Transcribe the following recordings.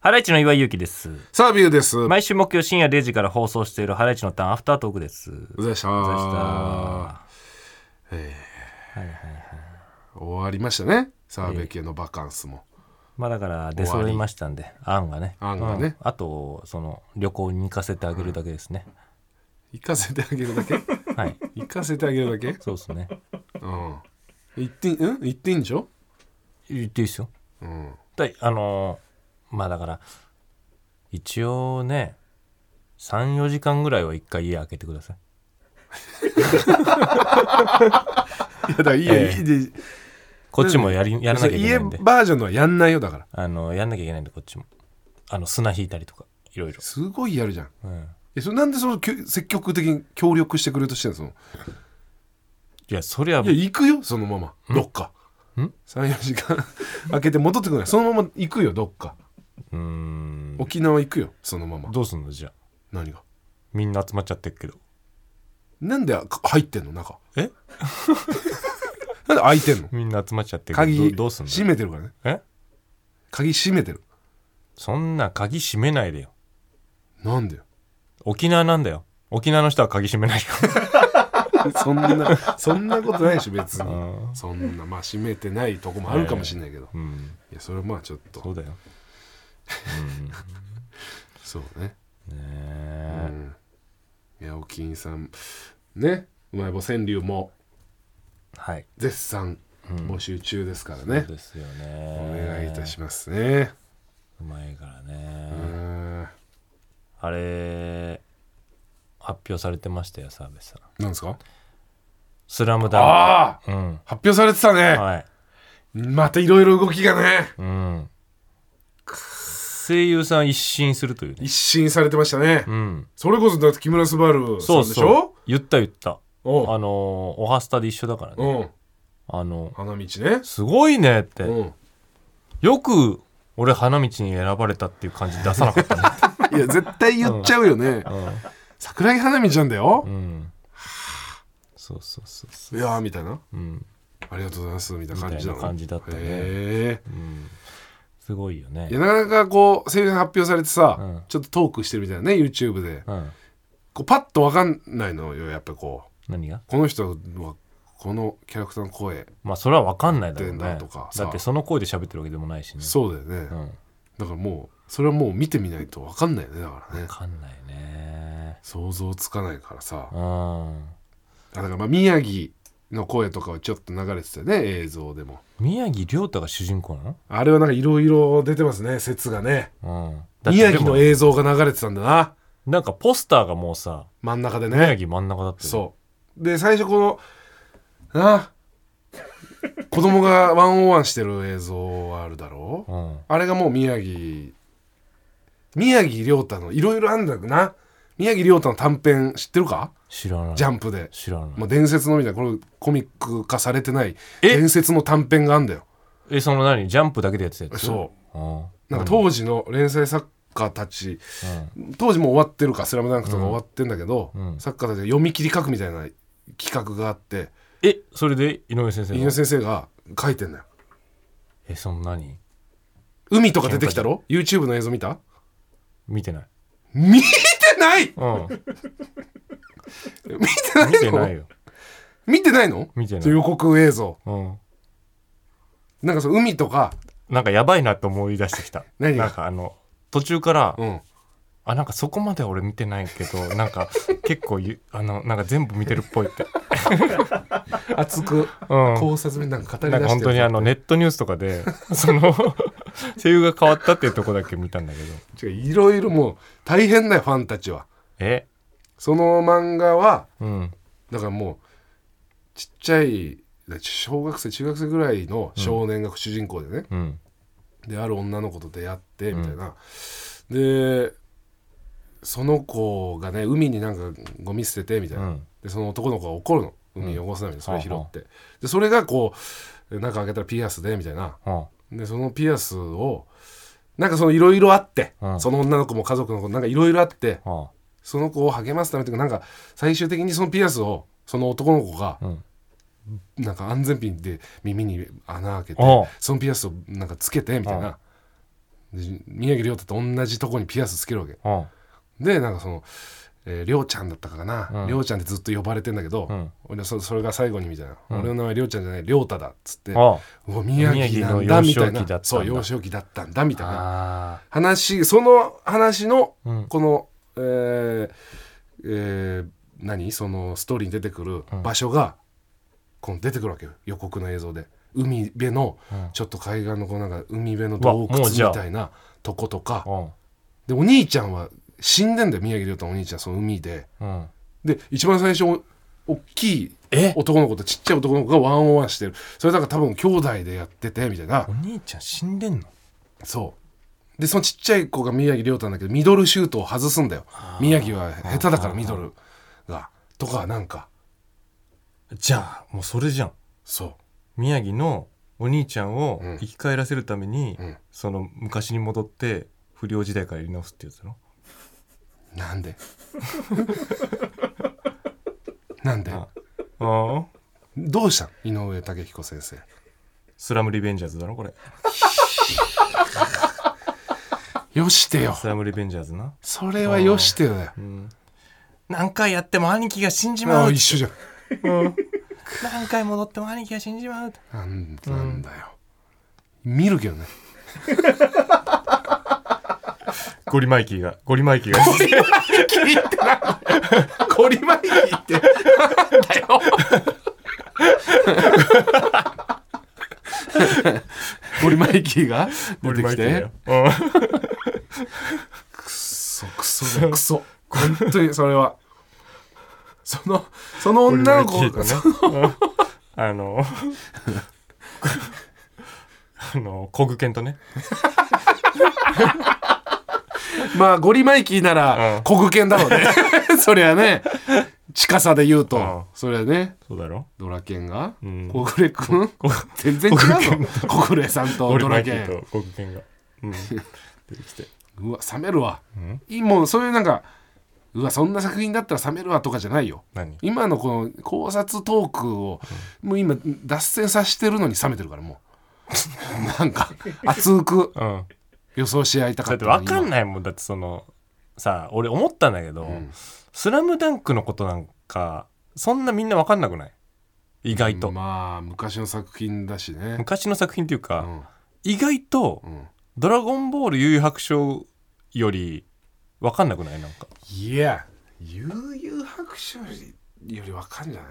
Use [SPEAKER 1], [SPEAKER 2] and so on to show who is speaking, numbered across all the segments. [SPEAKER 1] ハライチの岩井ゆきです。
[SPEAKER 2] さあビューです。ありがと
[SPEAKER 1] 毎週木曜深夜0時から放送しているハライチのターンアフタートークです。
[SPEAKER 2] うございました。
[SPEAKER 1] でした
[SPEAKER 2] 終わりましたね。澤部家のバカンスも。
[SPEAKER 1] まあだから出揃いましたんで、案がね。
[SPEAKER 2] 案がね
[SPEAKER 1] うんあと、その旅行に行かせてあげるだけです ね。
[SPEAKER 2] 行かせてあげるだ け
[SPEAKER 1] はい。
[SPEAKER 2] 行かせてあげるだけ
[SPEAKER 1] そうですね。
[SPEAKER 2] うん。行ってん、うん行っていいんでしょ
[SPEAKER 1] 言っていいですよ。
[SPEAKER 2] うん。
[SPEAKER 1] だいあのーまあだから、一応ね、3、4時間ぐらいは一回家開けてください。
[SPEAKER 2] いやだから家、
[SPEAKER 1] ええ
[SPEAKER 2] 家で
[SPEAKER 1] こっちもやり、やらなきゃいけな
[SPEAKER 2] 家
[SPEAKER 1] いんで。
[SPEAKER 2] バージョンのはやんないよだから。
[SPEAKER 1] あの、やんなきゃいけないんで、こっちも。あの、砂引いたりとか、いろいろ。
[SPEAKER 2] すごいやるじゃん。
[SPEAKER 1] うん。
[SPEAKER 2] えそれなんでそのきょ積極的に協力してくれるとしてんのその
[SPEAKER 1] いや、そりゃ
[SPEAKER 2] いや、行くよそのままどっか
[SPEAKER 1] ん
[SPEAKER 2] 34時間 開けて戻ってくるないそのまま行くよどっか
[SPEAKER 1] うーん
[SPEAKER 2] 沖縄行くよそのまま
[SPEAKER 1] どうすんのじゃあ
[SPEAKER 2] 何が
[SPEAKER 1] みんな集まっちゃってるけど
[SPEAKER 2] なんでか入ってんの中
[SPEAKER 1] え
[SPEAKER 2] なんで開いてんの
[SPEAKER 1] みんな集まっちゃってるけど
[SPEAKER 2] 鍵
[SPEAKER 1] どどうすん
[SPEAKER 2] 閉
[SPEAKER 1] の
[SPEAKER 2] めてるからね
[SPEAKER 1] え
[SPEAKER 2] 鍵閉めてる
[SPEAKER 1] そんな鍵閉めないでよ
[SPEAKER 2] なんでよ
[SPEAKER 1] 沖縄なんだよ沖縄の人は鍵閉めないよ
[SPEAKER 2] そんなそんなことないし別
[SPEAKER 1] う
[SPEAKER 2] に
[SPEAKER 1] ん
[SPEAKER 2] そんなまあ閉めてないとこもあるかもしれないけど、
[SPEAKER 1] うん
[SPEAKER 2] いやそれはまあちょっと
[SPEAKER 1] そうだよ
[SPEAKER 2] そうね
[SPEAKER 1] ね
[SPEAKER 2] う
[SPEAKER 1] え、
[SPEAKER 2] んいやおきんさんねうまい棒川柳も
[SPEAKER 1] はい
[SPEAKER 2] 絶賛募集中ですからね
[SPEAKER 1] そう、ですよ
[SPEAKER 2] お
[SPEAKER 1] ね
[SPEAKER 2] 願いいたしますね、
[SPEAKER 1] うまいからね、
[SPEAKER 2] うん
[SPEAKER 1] あれ発表されてましたよ澤部さん
[SPEAKER 2] なんですか
[SPEAKER 1] 「スラムダン
[SPEAKER 2] ああ
[SPEAKER 1] クうん
[SPEAKER 2] 発表されてたね、
[SPEAKER 1] はい
[SPEAKER 2] またいろいろ動きがね
[SPEAKER 1] うん声優さん一新するというね
[SPEAKER 2] 一新されてましたね、
[SPEAKER 1] うん
[SPEAKER 2] それこそだって木村昴さ
[SPEAKER 1] そ
[SPEAKER 2] ん
[SPEAKER 1] う
[SPEAKER 2] でしょ
[SPEAKER 1] そう言った言った
[SPEAKER 2] お
[SPEAKER 1] あのーオハスタで一緒だから
[SPEAKER 2] う
[SPEAKER 1] ね
[SPEAKER 2] ん
[SPEAKER 1] あの
[SPEAKER 2] 花道ね
[SPEAKER 1] すごいねって
[SPEAKER 2] うん
[SPEAKER 1] よく俺花道に選ばれたっていう感じ出さなかった ね
[SPEAKER 2] いや絶対言っちゃうよね、桜木花道なんだよ
[SPEAKER 1] う、んそうそうそうそ
[SPEAKER 2] いやーみたいな
[SPEAKER 1] ううん
[SPEAKER 2] ありがとうございますみたいな感じ
[SPEAKER 1] みた
[SPEAKER 2] なの
[SPEAKER 1] いな感じだったね
[SPEAKER 2] へー
[SPEAKER 1] うんすごいよね
[SPEAKER 2] いやなかなかこう声優さん発表されてさ、
[SPEAKER 1] うん
[SPEAKER 2] ちょっとトークしてるみたいなね YouTube で
[SPEAKER 1] うん
[SPEAKER 2] こうパッと分かんないのよやっぱこう
[SPEAKER 1] 何が
[SPEAKER 2] この人はこのキャラクターの声
[SPEAKER 1] まあそれは分かんないだろう
[SPEAKER 2] 合ってん
[SPEAKER 1] ね
[SPEAKER 2] だとかさ
[SPEAKER 1] だってその声で喋ってるわけでもないしね
[SPEAKER 2] そうだよね、
[SPEAKER 1] うん
[SPEAKER 2] だからもうそれはもう見てみないと分かんないよねだからね
[SPEAKER 1] 分かんないね
[SPEAKER 2] 想像つかないからさ
[SPEAKER 1] うん
[SPEAKER 2] あだからまあ宮城の声とかはちょっと流れてたよね映像でも
[SPEAKER 1] 宮城亮太が主人公な
[SPEAKER 2] あれはなんかいろいろ出てますね説がね
[SPEAKER 1] のうんだって
[SPEAKER 2] 宮
[SPEAKER 1] でも
[SPEAKER 2] 城の映像が流れてたんだな
[SPEAKER 1] なんかポスターがもうさ
[SPEAKER 2] 真ん中で
[SPEAKER 1] 宮
[SPEAKER 2] ね
[SPEAKER 1] 城真ん中だったよね
[SPEAKER 2] そうで最初このなあ子供がワンオンワンしてる映像はあるだろう
[SPEAKER 1] うん
[SPEAKER 2] あれがもう宮城宮城亮太のいろいろあんだよな宮城亮太の短編知ってるか
[SPEAKER 1] 知らない
[SPEAKER 2] ジャンプで、
[SPEAKER 1] 知らない、
[SPEAKER 2] まあ、伝説のみたいなこれコミック化されてない
[SPEAKER 1] え
[SPEAKER 2] 伝説の短編があんだよ
[SPEAKER 1] えその何ジャンプだけでやってたやつ
[SPEAKER 2] そう
[SPEAKER 1] あ
[SPEAKER 2] うなんか当時の連載作家たち当時もう終わってるか「スラムダンクとか終わってんだけど、
[SPEAKER 1] うん
[SPEAKER 2] 作家たちが読み切り書くみたいな企画があって
[SPEAKER 1] えそれで井上先生
[SPEAKER 2] 井
[SPEAKER 1] が
[SPEAKER 2] 上先生が書いてんだよ
[SPEAKER 1] えその何
[SPEAKER 2] 海とか出てきたろ YouTube の映像見た
[SPEAKER 1] 見てない
[SPEAKER 2] 見てない
[SPEAKER 1] うん
[SPEAKER 2] 見て
[SPEAKER 1] 見て
[SPEAKER 2] ないの
[SPEAKER 1] ない よ
[SPEAKER 2] 見てないの
[SPEAKER 1] 見てない
[SPEAKER 2] その予告映像
[SPEAKER 1] うん
[SPEAKER 2] なんかその海とか、
[SPEAKER 1] なんかやばいなって思い出してきた
[SPEAKER 2] 何が
[SPEAKER 1] なんかあの途中から、
[SPEAKER 2] うん、
[SPEAKER 1] あなんかそこまでは俺見てないけ どなんか結構ゆあのなんか全部見てるっぽいって
[SPEAKER 2] 熱く
[SPEAKER 1] うん
[SPEAKER 2] 考察みなんか語り
[SPEAKER 1] なん
[SPEAKER 2] 出
[SPEAKER 1] か
[SPEAKER 2] し
[SPEAKER 1] 本
[SPEAKER 2] て
[SPEAKER 1] 当にあ
[SPEAKER 2] る
[SPEAKER 1] のネットニュースとか でその 声優が変わったっていうとこだけ見たんだけど
[SPEAKER 2] 違ういろいろもう大変だよファンたちは
[SPEAKER 1] え
[SPEAKER 2] その漫画は
[SPEAKER 1] うん
[SPEAKER 2] だからもうちっちゃい小学生中学生ぐらいの少年が主人公でね、
[SPEAKER 1] うん
[SPEAKER 2] である女の子と出会ってみたいな、でその子がね海になんかゴミ捨ててみたいうな、
[SPEAKER 1] ん
[SPEAKER 2] でその男の子が怒るの海汚すためにそれ拾って、でそれがこう中開けたらピアスでみたいな
[SPEAKER 1] うん
[SPEAKER 2] でそのピアスをなんかそのいろいろあって、
[SPEAKER 1] うん
[SPEAKER 2] その女の子も家族の子もなんかいろいろあって
[SPEAKER 1] うん
[SPEAKER 2] その子を励ますためというかなんか最終的にそのピアスをその男の子が
[SPEAKER 1] うん
[SPEAKER 2] なんか安全ピンで耳に穴開けて
[SPEAKER 1] うん
[SPEAKER 2] そのピアスをなんかつけてみたいなで宮城亮太と同じとこにピアスつけるわけ
[SPEAKER 1] うん
[SPEAKER 2] でなんかそのえー亮ちゃんだったかな、
[SPEAKER 1] うん
[SPEAKER 2] 亮ちゃんってずっと呼ばれてんだけど、
[SPEAKER 1] うん
[SPEAKER 2] 俺そそれが最後にみたいな、
[SPEAKER 1] うん
[SPEAKER 2] 俺の名前亮ちゃんじゃない亮太だっつって、
[SPEAKER 1] あ
[SPEAKER 2] うわ宮城なんだみ
[SPEAKER 1] 宮城
[SPEAKER 2] たい
[SPEAKER 1] の幼少期だったん
[SPEAKER 2] な
[SPEAKER 1] だ
[SPEAKER 2] そう幼少期だったんだみたいな
[SPEAKER 1] あ
[SPEAKER 2] 話その話の
[SPEAKER 1] ーうん
[SPEAKER 2] この、えーえー何そのストーリーに出てくる場所が、この出てくるわけよ予告の映像で海辺の
[SPEAKER 1] うん
[SPEAKER 2] ちょっと海岸のこうなんか海辺の洞
[SPEAKER 1] うわも
[SPEAKER 2] 窟
[SPEAKER 1] うじゃあ
[SPEAKER 2] みたいなとことか
[SPEAKER 1] うん
[SPEAKER 2] でお兄ちゃんは死んでんだよ宮城亮太のお兄ちゃんその海で
[SPEAKER 1] うん
[SPEAKER 2] で一番最初お大きい
[SPEAKER 1] え
[SPEAKER 2] 男の子とちっちゃい男の子がワンオンワンしてるそれだから多分兄弟でやっててみたいな
[SPEAKER 1] お兄ちゃん死んでんの
[SPEAKER 2] そうでそのちっちゃい子が宮城亮太なんだけどミドルシュートを外すんだよ宮城は下手だからミドルがとかなんか
[SPEAKER 1] じゃあもうそれじゃん
[SPEAKER 2] そ
[SPEAKER 1] 宮城のお兄ちゃんを
[SPEAKER 2] うん
[SPEAKER 1] 生き返らせるために、
[SPEAKER 2] うん
[SPEAKER 1] その昔に戻って不良時代からやり直すってやつだろ
[SPEAKER 2] うなんで なんで
[SPEAKER 1] あああ
[SPEAKER 2] どうしたん井上武彦先生
[SPEAKER 1] スラムリベンジャーズだろこれ
[SPEAKER 2] よしてよ
[SPEAKER 1] スラムリベンジャーズな
[SPEAKER 2] それはよしてよだよ
[SPEAKER 1] 何回やっても兄貴が死んじ
[SPEAKER 2] あ
[SPEAKER 1] ま
[SPEAKER 2] あ
[SPEAKER 1] う
[SPEAKER 2] 一緒じゃん
[SPEAKER 1] 何回戻っても兄貴が死んじまう
[SPEAKER 2] なんなんだよ、見るけどね
[SPEAKER 1] ゴリマイキーがゴリマイ キーが
[SPEAKER 2] ゴリマイキーってなんだよゴリマイキーが出てきて
[SPEAKER 1] うん
[SPEAKER 2] クソクソだよクソ本当にそれはそのその女の
[SPEAKER 1] ゴ
[SPEAKER 2] 子
[SPEAKER 1] リマイ
[SPEAKER 2] が
[SPEAKER 1] キ
[SPEAKER 2] ね
[SPEAKER 1] ーとねうんあの あのコグケンとね
[SPEAKER 2] まあゴリマイキーなら
[SPEAKER 1] うん
[SPEAKER 2] 国権だろう ねそりゃね近さで言うと、
[SPEAKER 1] うん
[SPEAKER 2] そりゃね
[SPEAKER 1] そうだろ
[SPEAKER 2] ドラケンが、
[SPEAKER 1] うん
[SPEAKER 2] コグレ君
[SPEAKER 1] コ
[SPEAKER 2] 全然違
[SPEAKER 1] コグレ
[SPEAKER 2] うのコグレさんと
[SPEAKER 1] ゴリ
[SPEAKER 2] ド
[SPEAKER 1] マ
[SPEAKER 2] ラ
[SPEAKER 1] イキ
[SPEAKER 2] ケ
[SPEAKER 1] ー
[SPEAKER 2] ン
[SPEAKER 1] とコグケンがうん 出てきて
[SPEAKER 2] うわ冷めるわ、
[SPEAKER 1] ん
[SPEAKER 2] いいもうそういうなんかうわそんな作品だったら冷めるわとかじゃないよ
[SPEAKER 1] 何
[SPEAKER 2] 今のこの考察トークを、もう今脱線させてるのに冷めてるからもう なんか熱く
[SPEAKER 1] うん
[SPEAKER 2] 予想し合いた
[SPEAKER 1] だ
[SPEAKER 2] か
[SPEAKER 1] っ
[SPEAKER 2] ってた
[SPEAKER 1] 分かん
[SPEAKER 2] ない
[SPEAKER 1] ないもんだってそのさ俺思ったんだけど「スラムダンクのことなんかそんなみんな分かんなくない意外と、
[SPEAKER 2] まあ昔の作品だしね
[SPEAKER 1] 昔の作品っていう
[SPEAKER 2] う
[SPEAKER 1] か、
[SPEAKER 2] ん
[SPEAKER 1] 意外と
[SPEAKER 2] うん
[SPEAKER 1] 「ドラゴンボール悠々白書」より分かんなくないなんか
[SPEAKER 2] いや悠々白書よりよりわかんじゃない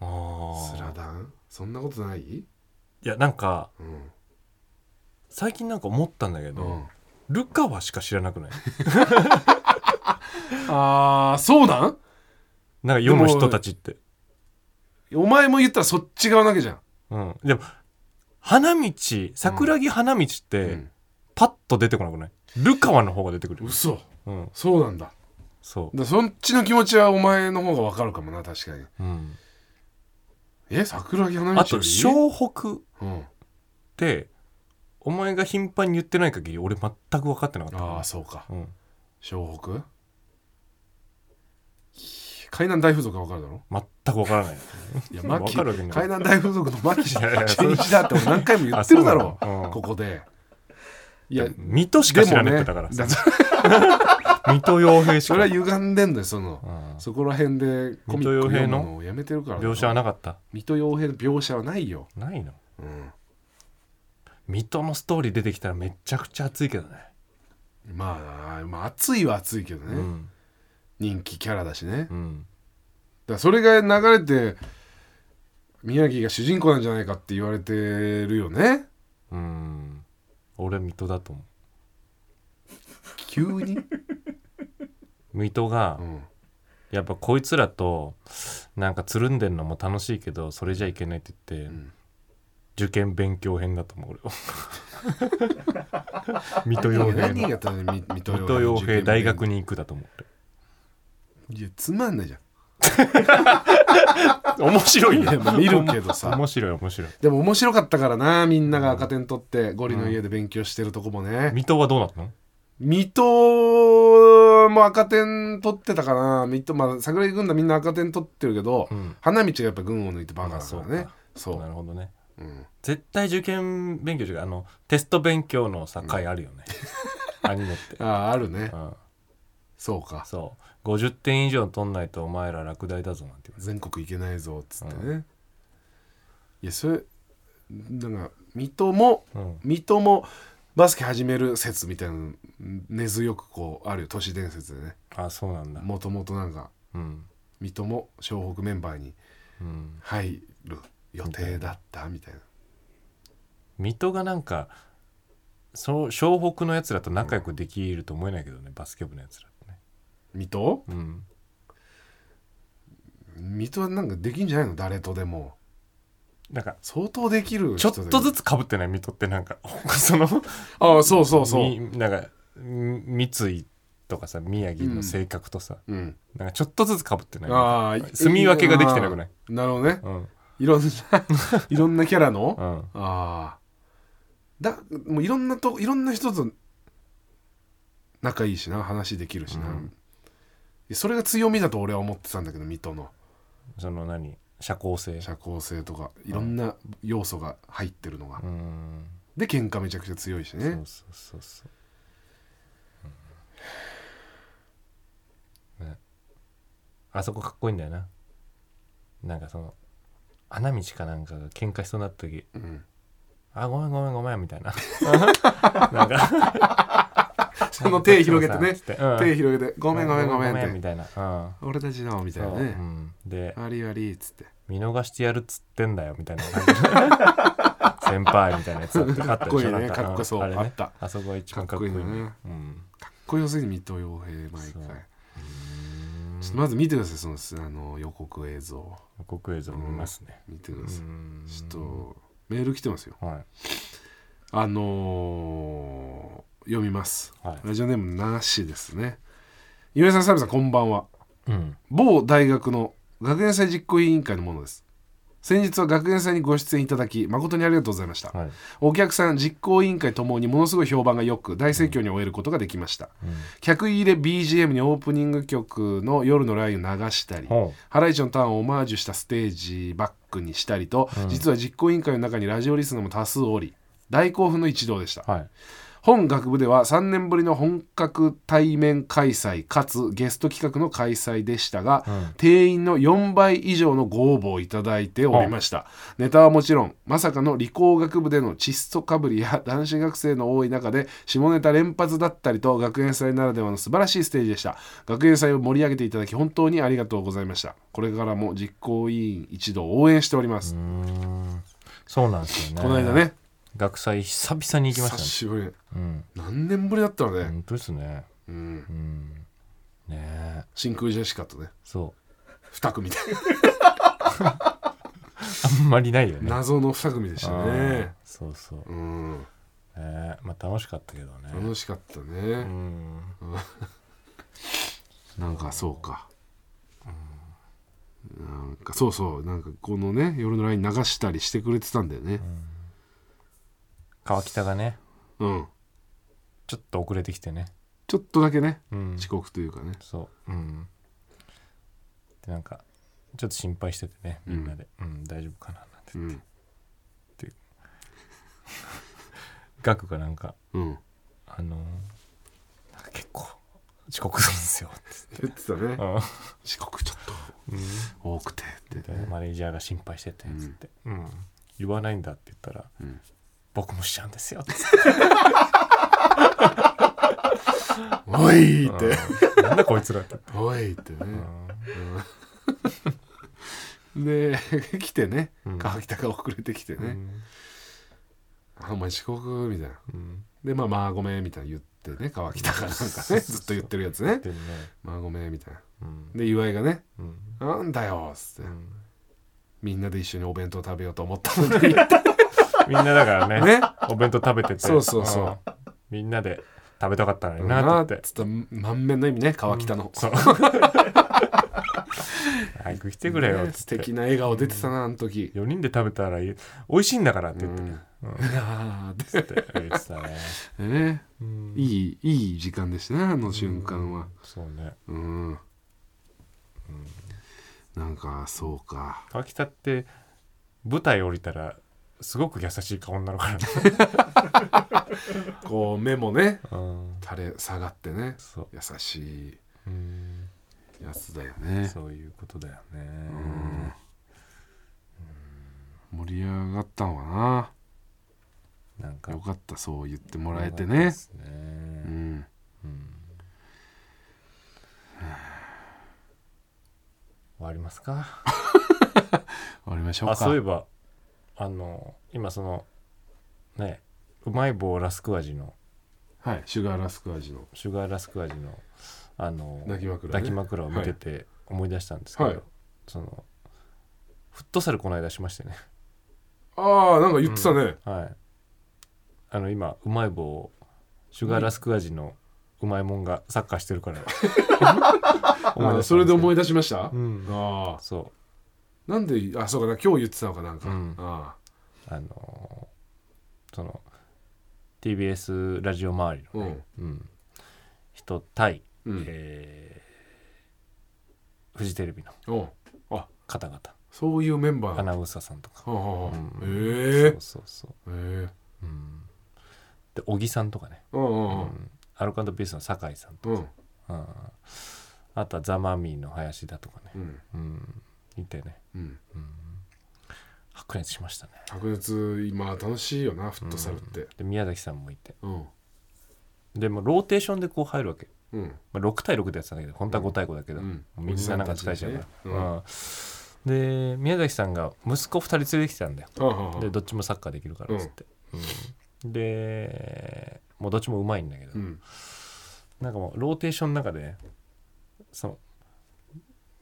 [SPEAKER 2] スラダンそんなことない
[SPEAKER 1] いやなんか
[SPEAKER 2] うん
[SPEAKER 1] 最近なんか思ったんだけど、
[SPEAKER 2] うん
[SPEAKER 1] ルカワしか知らなくない
[SPEAKER 2] ああそうなん
[SPEAKER 1] なんか読む人たちって
[SPEAKER 2] お前も言ったらそっち側なわけじゃん、
[SPEAKER 1] うんでも花道桜木花道って、パッと出てこなくないルカワの方が出てくる
[SPEAKER 2] 嘘
[SPEAKER 1] うん
[SPEAKER 2] そうなんだだか
[SPEAKER 1] そ
[SPEAKER 2] らそっちの気持ちはお前の方がわかるかもな確かに
[SPEAKER 1] う、うん、
[SPEAKER 2] え桜木花道より
[SPEAKER 1] あと「湘北」っ
[SPEAKER 2] うん、
[SPEAKER 1] てお前が頻繁に言ってない限り俺全く分かってなかった
[SPEAKER 2] ああそうか
[SPEAKER 1] うん、
[SPEAKER 2] 湘北海南大風俗がわかる だろ
[SPEAKER 1] 全く分からない
[SPEAKER 2] いや
[SPEAKER 1] わ
[SPEAKER 2] 牧
[SPEAKER 1] かるわけない
[SPEAKER 2] 海南大風俗の牧
[SPEAKER 1] いやいや
[SPEAKER 2] 純一だって俺何回も言ってるだろ
[SPEAKER 1] あそうなのうん
[SPEAKER 2] ここでいや
[SPEAKER 1] 水戸しか知らねえってだから、
[SPEAKER 2] でもね
[SPEAKER 1] 水戸洋平し
[SPEAKER 2] そ
[SPEAKER 1] か
[SPEAKER 2] れは歪んでんだよその、
[SPEAKER 1] うん
[SPEAKER 2] そこら辺でコミック読むのをやめてるから
[SPEAKER 1] 描写はなかった
[SPEAKER 2] 水戸洋平の描写はないよ、
[SPEAKER 1] ないの
[SPEAKER 2] うん、
[SPEAKER 1] 水戸のストーリー出てきたらめちゃくちゃ熱いけどね、
[SPEAKER 2] まあまあ熱いは熱いけどね、
[SPEAKER 1] うん
[SPEAKER 2] 人気キャラだしね、
[SPEAKER 1] うん
[SPEAKER 2] だからそれが流れて宮城が主人公なんじゃないかって言われてるよね
[SPEAKER 1] うん俺は水戸だと思
[SPEAKER 2] 急に、
[SPEAKER 1] う水戸が、
[SPEAKER 2] うん、
[SPEAKER 1] やっぱこいつらとなんかつるんでんのも楽しいけどそれじゃいけないって言って、
[SPEAKER 2] ん
[SPEAKER 1] 受験勉強編だと思う俺は 水戸洋
[SPEAKER 2] 何
[SPEAKER 1] 平
[SPEAKER 2] が
[SPEAKER 1] の
[SPEAKER 2] やったのみ水戸
[SPEAKER 1] 水戸洋平大学に行くだと思う
[SPEAKER 2] いやつまんないじゃん
[SPEAKER 1] 俺面白い
[SPEAKER 2] いやまあ見るけどさ
[SPEAKER 1] 面白い面白い
[SPEAKER 2] でも面白かったからなみんなが赤点取ってゴリの家で勉強してるとこもね、
[SPEAKER 1] 水戸はどうなったの
[SPEAKER 2] 水戸も赤点取ってたかな水戸まあ桜木軍団みんな赤点取ってるけど、
[SPEAKER 1] うん
[SPEAKER 2] 花道がやっぱ群を抜いてバカだからね、
[SPEAKER 1] まあそうか
[SPEAKER 2] そう
[SPEAKER 1] なるほどね
[SPEAKER 2] うん、
[SPEAKER 1] 絶対受験勉強じゃあのテスト勉強のさ回あるよ ね、アニメって、
[SPEAKER 2] あああるね
[SPEAKER 1] うん、
[SPEAKER 2] そうか
[SPEAKER 1] そう50点以上取んないとお前ら落第だぞなんて言われて
[SPEAKER 2] 全国行けないぞっつってね、いやそれなんか水戸も
[SPEAKER 1] うん
[SPEAKER 2] 水戸もバスケ始める説みたいなの根強くこうあるよ都市伝説でね
[SPEAKER 1] あそうなんだ
[SPEAKER 2] もともとなんか
[SPEAKER 1] うん
[SPEAKER 2] 水戸も湘北メンバーに
[SPEAKER 1] うん
[SPEAKER 2] 入る予定だったみたいな
[SPEAKER 1] 水戸がなんかそう湘北のやつらと仲良くできると思えないけどね、バスケ部のやつらとね
[SPEAKER 2] 水戸
[SPEAKER 1] うん
[SPEAKER 2] 水戸はなんかできんじゃないの誰とでも
[SPEAKER 1] なんか
[SPEAKER 2] 相当できる
[SPEAKER 1] ちょっとず
[SPEAKER 2] つ
[SPEAKER 1] つかぶってない水戸ってなんか その
[SPEAKER 2] ああそうそうそう、
[SPEAKER 1] みなんかみ三井とかさ宮城の性格とさ、
[SPEAKER 2] うん、
[SPEAKER 1] なんかちょっとずつかぶってない
[SPEAKER 2] ああ
[SPEAKER 1] 住み分けができてなくない
[SPEAKER 2] あーなるほどね
[SPEAKER 1] うん
[SPEAKER 2] いろんな いろんなキャラの
[SPEAKER 1] うん
[SPEAKER 2] ああだもういろんなといろんな人と仲いいしな話できるしな、
[SPEAKER 1] うん
[SPEAKER 2] それが強みだと俺は思ってたんだけど水戸の
[SPEAKER 1] その何社交性
[SPEAKER 2] 社交性とかいろんな要素が入ってるのが、
[SPEAKER 1] うん
[SPEAKER 2] で喧嘩めちゃくちゃ強いし
[SPEAKER 1] そう
[SPEAKER 2] ね
[SPEAKER 1] そうそうそう、うんね、あそこかっこいいんだよななんかその花道かなんかが喧嘩しそうになった時
[SPEAKER 2] うん
[SPEAKER 1] 「あごめんごめんごめん」みたいななんか
[SPEAKER 2] その手広げて ね
[SPEAKER 1] つってうん
[SPEAKER 2] 手広げて「ごめんごめんごめん」って
[SPEAKER 1] みたいな、うん
[SPEAKER 2] 「俺たちの」みたい
[SPEAKER 1] そう
[SPEAKER 2] な
[SPEAKER 1] う
[SPEAKER 2] ね
[SPEAKER 1] ん、で
[SPEAKER 2] 「ありあり」っつって
[SPEAKER 1] 見逃してやるっつってんだよみ たいな先輩みたいなやつだってあったでしょ
[SPEAKER 2] かっこいいね
[SPEAKER 1] なん
[SPEAKER 2] かっこそうん
[SPEAKER 1] あれね
[SPEAKER 2] あった
[SPEAKER 1] あそこが一番かっこいい
[SPEAKER 2] かっこいいよね
[SPEAKER 1] うん
[SPEAKER 2] かっこよすぎ水戸洋平毎
[SPEAKER 1] そう
[SPEAKER 2] 回ちょっとまず見てくださいそのすあの予告映像
[SPEAKER 1] 国映像見ますね、
[SPEAKER 2] 見て
[SPEAKER 1] う
[SPEAKER 2] ください
[SPEAKER 1] ん
[SPEAKER 2] ちょっとメール来てますよ
[SPEAKER 1] は
[SPEAKER 2] あのー読みます
[SPEAKER 1] いはい
[SPEAKER 2] ラジオネームなしですね岩井さんサルさんこんばんは
[SPEAKER 1] うん
[SPEAKER 2] 某大学の学園祭実行委員会のものです先日は学園祭にご出演いただき誠にありがとうございました、
[SPEAKER 1] はい
[SPEAKER 2] お客さん実行委員会ともにものすごい評判が良く大盛況に終えることができました、
[SPEAKER 1] うん
[SPEAKER 2] 客入れ BGM にオープニング曲の「夜のライン」を流したり
[SPEAKER 1] ほ
[SPEAKER 2] ハライチのターンをオマージュしたステージバックにしたりと、実は実行委員会の中にラジオリスナーも多数おり大興奮の一同でした
[SPEAKER 1] うはい
[SPEAKER 2] 本学部では3年ぶりの本格対面開催かつゲスト企画の開催でしたが、
[SPEAKER 1] うん
[SPEAKER 2] 定員の4倍以上のご応募をいただいておりましたネタはもちろんまさかの理工学部での窒素かぶりや男子学生の多い中で下ネタ連発だったりと学園祭ならではの素晴らしいステージでした学園祭を盛り上げていただき本当にありがとうございましたこれからも実行委員一同応援しております
[SPEAKER 1] う、んそうなんですよね
[SPEAKER 2] この間ね
[SPEAKER 1] 学祭久々に行きま
[SPEAKER 2] 久
[SPEAKER 1] し
[SPEAKER 2] しぶり
[SPEAKER 1] たね
[SPEAKER 2] 何年ぶりだったの
[SPEAKER 1] うん
[SPEAKER 2] ね、
[SPEAKER 1] 本当ですね
[SPEAKER 2] うん、
[SPEAKER 1] うんねえ
[SPEAKER 2] 真空ジェシカとね
[SPEAKER 1] そう
[SPEAKER 2] 2組みたい
[SPEAKER 1] あんまりないよね
[SPEAKER 2] な 謎の2組でしたね
[SPEAKER 1] あーそうそうね
[SPEAKER 2] うん
[SPEAKER 1] えまあ楽しかったけどね
[SPEAKER 2] 楽しかったね、
[SPEAKER 1] うん
[SPEAKER 2] なんかそうか、なんかそうそうなんかこのね夜のライン流したりしてくれてたんだよね
[SPEAKER 1] 川北がね
[SPEAKER 2] うん、
[SPEAKER 1] ちょっと遅れてきてね
[SPEAKER 2] ちょっとだけね
[SPEAKER 1] うん
[SPEAKER 2] 遅刻というかね
[SPEAKER 1] そううんでなんかちょっと心配しててねみんなでうん、大丈夫かななんて
[SPEAKER 2] うん
[SPEAKER 1] ガクがなんか
[SPEAKER 2] うん
[SPEAKER 1] あのーなんか結構遅刻するんですよ
[SPEAKER 2] 言ってたね
[SPEAKER 1] うん
[SPEAKER 2] 遅刻ちょっと多くてって、
[SPEAKER 1] でマネージャーが心配してて
[SPEAKER 2] うん
[SPEAKER 1] つって、うん言わないんだって言ったら
[SPEAKER 2] うん、
[SPEAKER 1] 僕もしちゃうんですよって
[SPEAKER 2] おいって、
[SPEAKER 1] うんなんだこいつらって、
[SPEAKER 2] おいってね、
[SPEAKER 1] うん
[SPEAKER 2] で 来てね
[SPEAKER 1] うん
[SPEAKER 2] 川北が遅れてきてね、あお前遅刻みたいな
[SPEAKER 1] うん
[SPEAKER 2] でまあまあごめんみたいな言ってね川北がなんかねずっと言ってるやつね
[SPEAKER 1] でもね
[SPEAKER 2] まあごめんみたいな
[SPEAKER 1] うん
[SPEAKER 2] で岩井がね
[SPEAKER 1] うん
[SPEAKER 2] なんだよっつっ
[SPEAKER 1] う
[SPEAKER 2] て、
[SPEAKER 1] ん
[SPEAKER 2] みんなで一緒にお弁当食べようと思ったのにね
[SPEAKER 1] みんなだからねお弁当食べてて
[SPEAKER 2] そうそうそうん
[SPEAKER 1] みんなで食べたかったのにな
[SPEAKER 2] な
[SPEAKER 1] っ
[SPEAKER 2] ってて
[SPEAKER 1] 言って
[SPEAKER 2] つった満面の意味ね川北の、
[SPEAKER 1] そう 早く来てくれよっ
[SPEAKER 2] ね
[SPEAKER 1] つ
[SPEAKER 2] 素
[SPEAKER 1] って、
[SPEAKER 2] 敵な笑顔出てたなあの時、
[SPEAKER 1] 4人で食べたらいい美味しいんだからって
[SPEAKER 2] う
[SPEAKER 1] 言って、
[SPEAKER 2] ん
[SPEAKER 1] うん
[SPEAKER 2] いやー
[SPEAKER 1] つって言ってたね、
[SPEAKER 2] でね
[SPEAKER 1] うん
[SPEAKER 2] いいいい時間でしたねあの瞬間は
[SPEAKER 1] そうね
[SPEAKER 2] うん、なんかそうか
[SPEAKER 1] 川北って舞台降りたらすごく優しい顔になるからね、
[SPEAKER 2] こう目もね
[SPEAKER 1] うん、
[SPEAKER 2] 垂れ下がってね
[SPEAKER 1] そう
[SPEAKER 2] 優しい
[SPEAKER 1] うん
[SPEAKER 2] やつだよね
[SPEAKER 1] そういうことだよね
[SPEAKER 2] うん盛り上がったのか
[SPEAKER 1] なんか
[SPEAKER 2] なよかったそう言っても
[SPEAKER 1] も
[SPEAKER 2] らえてねうん
[SPEAKER 1] 終わりますか
[SPEAKER 2] 終わりましょうか
[SPEAKER 1] あそういえばあの今そのねうまい棒ラスク味の
[SPEAKER 2] はいシュガーラスク味の
[SPEAKER 1] シュガーラスク味のあの
[SPEAKER 2] 抱き枕ね
[SPEAKER 1] 抱き枕を見てて思い出したんですけど、
[SPEAKER 2] はい
[SPEAKER 1] そのフットサルこの間しましてね
[SPEAKER 2] ああなんか言ってたね、
[SPEAKER 1] はいあの今うまい棒をシュガーラスク味のうまいもんがサッカーしてる から
[SPEAKER 2] あーそれで思
[SPEAKER 1] い
[SPEAKER 2] い出しました、
[SPEAKER 1] うん
[SPEAKER 2] ああ
[SPEAKER 1] そ
[SPEAKER 2] なんであそうかな今日言ってたのかなんか、
[SPEAKER 1] うん
[SPEAKER 2] あ
[SPEAKER 1] うあのーその TBS ラジオ周りのね、うん人対、
[SPEAKER 2] あうん、
[SPEAKER 1] えーフジテレビの
[SPEAKER 2] お
[SPEAKER 1] 方々
[SPEAKER 2] そういうメンバー
[SPEAKER 1] ア
[SPEAKER 2] なの
[SPEAKER 1] ナウンサーさんとか
[SPEAKER 2] はあはあはあ
[SPEAKER 1] うそ
[SPEAKER 2] え
[SPEAKER 1] う
[SPEAKER 2] え
[SPEAKER 1] そうそう
[SPEAKER 2] ええ
[SPEAKER 1] うんで小木さんとかね、
[SPEAKER 2] うんう
[SPEAKER 1] うん
[SPEAKER 2] うん
[SPEAKER 1] ん、アルカンドピースの酒井さんと
[SPEAKER 2] うん
[SPEAKER 1] か、うん、あとはザ・マミーの林田とかね、
[SPEAKER 2] うん
[SPEAKER 1] うん、いてね、
[SPEAKER 2] うん
[SPEAKER 1] うん、白熱しましたね
[SPEAKER 2] 白熱今楽しいよなフットサルって
[SPEAKER 1] で宮崎さんもいて
[SPEAKER 2] うん
[SPEAKER 1] でもうローテーションでこう入るわけ、
[SPEAKER 2] うん
[SPEAKER 1] まあ、6対6でやってたんだけど本当は5対5だけど、
[SPEAKER 2] うん
[SPEAKER 1] みんななんか疲れちゃうから、
[SPEAKER 2] うんは
[SPEAKER 1] うんで宮崎さんが息子2人連れてきたんだよ
[SPEAKER 2] あはあ
[SPEAKER 1] でどっちもサッカーできるからっつって、うんでもうどっちもうまいんだけど、
[SPEAKER 2] うん
[SPEAKER 1] なんかもうローテーションの中でその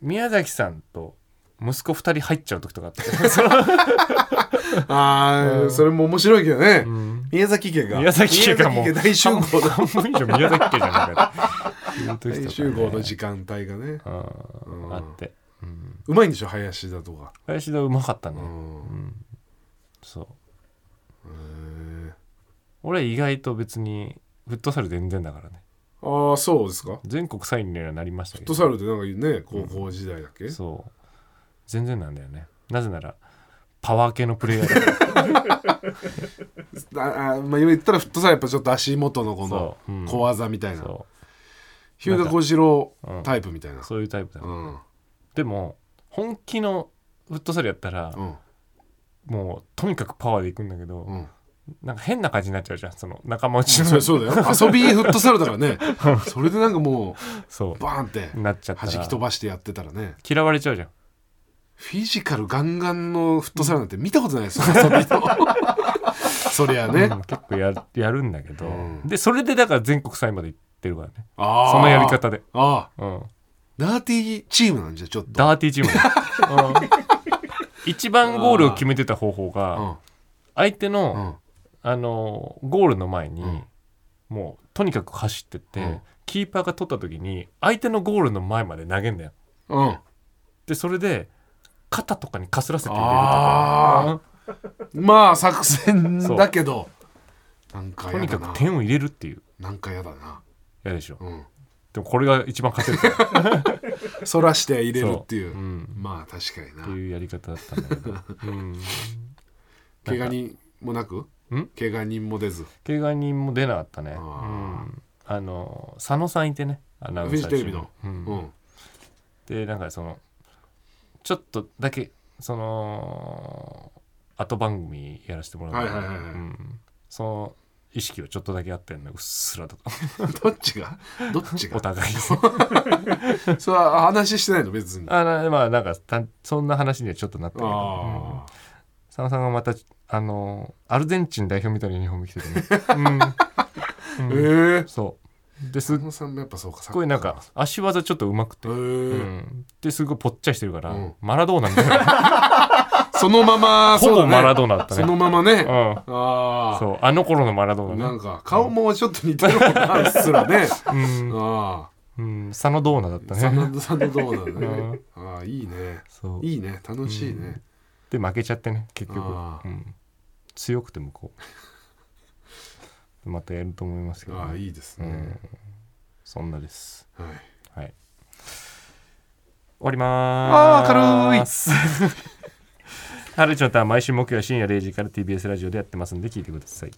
[SPEAKER 1] 宮崎さんと息子2人入っちゃう時とかあって その
[SPEAKER 2] あ
[SPEAKER 1] う
[SPEAKER 2] あ
[SPEAKER 1] ん
[SPEAKER 2] それも面白いけどね
[SPEAKER 1] うん
[SPEAKER 2] 宮崎家が
[SPEAKER 1] 宮崎家がもう
[SPEAKER 2] 宮崎家大集合だ
[SPEAKER 1] 半分以上宮崎家じゃないかっていう時とかね
[SPEAKER 2] 大集合の時間帯がね
[SPEAKER 1] うん
[SPEAKER 2] うん
[SPEAKER 1] あって、うん、
[SPEAKER 2] うまいんでしょ林田とか
[SPEAKER 1] 林田うまかった
[SPEAKER 2] う
[SPEAKER 1] ね、
[SPEAKER 2] ん
[SPEAKER 1] うんそう
[SPEAKER 2] へえ
[SPEAKER 1] 俺は意外と別にフットサル全然だからね
[SPEAKER 2] ああそうですか
[SPEAKER 1] 全国3位にはなりましたけ
[SPEAKER 2] フッ
[SPEAKER 1] ど
[SPEAKER 2] トサルってなんかね高校時代だっけ
[SPEAKER 1] そう全然なんだよねなぜならパワー系のプレイヤーだ から
[SPEAKER 2] ああまあ言ったらフットサルやっぱちょっと足元のこの
[SPEAKER 1] そううん
[SPEAKER 2] 小技みたいな
[SPEAKER 1] そ
[SPEAKER 2] 日向小次郎
[SPEAKER 1] う、うん
[SPEAKER 2] タイプみたいな
[SPEAKER 1] そういうタイプだ、
[SPEAKER 2] うん
[SPEAKER 1] でも本気のフットサルやったら、
[SPEAKER 2] うん
[SPEAKER 1] もうとにかくパワーでいくんだけど、
[SPEAKER 2] うん
[SPEAKER 1] なんか変な感じになっちゃうじゃんその仲間内の
[SPEAKER 2] そりゃ そうだよ遊びフットサルだからねそれでなんかも
[SPEAKER 1] そう
[SPEAKER 2] バーンって
[SPEAKER 1] なっちゃった
[SPEAKER 2] 弾
[SPEAKER 1] ら
[SPEAKER 2] き飛ばしてやってたらね
[SPEAKER 1] 嫌われちゃうじゃん
[SPEAKER 2] フィジカルガンガンのフットサルなんて見たことない ですよ遊びのそりゃね
[SPEAKER 1] うん結構ややるんだけど、
[SPEAKER 2] うん
[SPEAKER 1] でそれでだから全国3位まで行ってるからね
[SPEAKER 2] あー
[SPEAKER 1] そのやり方で、
[SPEAKER 2] ああ
[SPEAKER 1] うん、
[SPEAKER 2] ダーティーチームなんじゃちょっと
[SPEAKER 1] ダーティー チームだ、うん一番ゴールを決めてた方法
[SPEAKER 2] う
[SPEAKER 1] が
[SPEAKER 2] ん
[SPEAKER 1] 相手の、
[SPEAKER 2] うん
[SPEAKER 1] あのゴールの前に、
[SPEAKER 2] うん
[SPEAKER 1] もうとにかく走ってって、
[SPEAKER 2] うん
[SPEAKER 1] キーパーが取った時に相手のゴールの前まで投げんだよ
[SPEAKER 2] うん
[SPEAKER 1] でそれで肩とかにかすらせて入れると
[SPEAKER 2] あ
[SPEAKER 1] か、
[SPEAKER 2] ーまあ作戦だけどなんか
[SPEAKER 1] と
[SPEAKER 2] や
[SPEAKER 1] に
[SPEAKER 2] だ
[SPEAKER 1] かく
[SPEAKER 2] な
[SPEAKER 1] 点を入れるっていう
[SPEAKER 2] なんかやだな
[SPEAKER 1] やでしょ
[SPEAKER 2] うん
[SPEAKER 1] でもこれが一番勝てるから
[SPEAKER 2] そらして 入れるっていう
[SPEAKER 1] そううん
[SPEAKER 2] まあ確かにな
[SPEAKER 1] っていうやり方だったんだけ ど、うん、
[SPEAKER 2] 怪我人もなく
[SPEAKER 1] ん
[SPEAKER 2] 怪我人も出ず
[SPEAKER 1] 怪我人も出なかったね
[SPEAKER 2] あ
[SPEAKER 1] う
[SPEAKER 2] ー
[SPEAKER 1] んあの佐野さんいてねアナウンサー
[SPEAKER 2] フジテレビの
[SPEAKER 1] チームうん
[SPEAKER 2] うん
[SPEAKER 1] でなんかそのちょっとだけその後番組やらせてもらう
[SPEAKER 2] はいはいはいはい
[SPEAKER 1] うんその意識はちょっとだけあったよねうっすらとか
[SPEAKER 2] どっちがどっち
[SPEAKER 1] お
[SPEAKER 2] が
[SPEAKER 1] 互いに
[SPEAKER 2] それは話してないの別に。
[SPEAKER 1] あなまあなんかたそんな話にはちょっとなったけど、うん
[SPEAKER 2] あ
[SPEAKER 1] 佐野さんがまたあのアルゼンチン代表みたいなユニフォーム着てた ね、う
[SPEAKER 2] あ。
[SPEAKER 1] ん
[SPEAKER 2] ええ
[SPEAKER 1] うん
[SPEAKER 2] ー。
[SPEAKER 1] そうですっ
[SPEAKER 2] 佐野さんもやっぱそうか。
[SPEAKER 1] ごいなんか足技ちょっとうまくて、
[SPEAKER 2] ええ
[SPEAKER 1] うんですごいぽっちゃりしてるから、
[SPEAKER 2] うん
[SPEAKER 1] マラドーナみた いな
[SPEAKER 2] そのま
[SPEAKER 1] ほ
[SPEAKER 2] ま、そうだ
[SPEAKER 1] ぼ
[SPEAKER 2] ね
[SPEAKER 1] マラドーナだったね
[SPEAKER 2] そのままね。
[SPEAKER 1] うん
[SPEAKER 2] あ
[SPEAKER 1] そうあの頃のマラド
[SPEAKER 2] あ。
[SPEAKER 1] ー
[SPEAKER 2] な
[SPEAKER 1] ナ
[SPEAKER 2] ん
[SPEAKER 1] ね
[SPEAKER 2] か顔もちょっと似てるもんなうっす らね。
[SPEAKER 1] うん、
[SPEAKER 2] あ
[SPEAKER 1] うん、佐野ドーナだっ
[SPEAKER 2] あ。
[SPEAKER 1] た
[SPEAKER 2] 佐
[SPEAKER 1] ね
[SPEAKER 2] 野さんのどうだね。ああいいね。
[SPEAKER 1] そう
[SPEAKER 2] いいね。楽しいね。
[SPEAKER 1] で負けちゃってね結局、
[SPEAKER 2] あ
[SPEAKER 1] う
[SPEAKER 2] ー
[SPEAKER 1] ん、強くて向こうまたやると思いますけどね、
[SPEAKER 2] ああいいです
[SPEAKER 1] うん
[SPEAKER 2] ね。、
[SPEAKER 1] そんなです
[SPEAKER 2] は
[SPEAKER 1] は
[SPEAKER 2] い。
[SPEAKER 1] い終わりまーす
[SPEAKER 2] あー
[SPEAKER 1] い
[SPEAKER 2] 軽い
[SPEAKER 1] 春ちゃんとは毎週木曜深夜0時から TBS ラジオでやってますんで聞いてください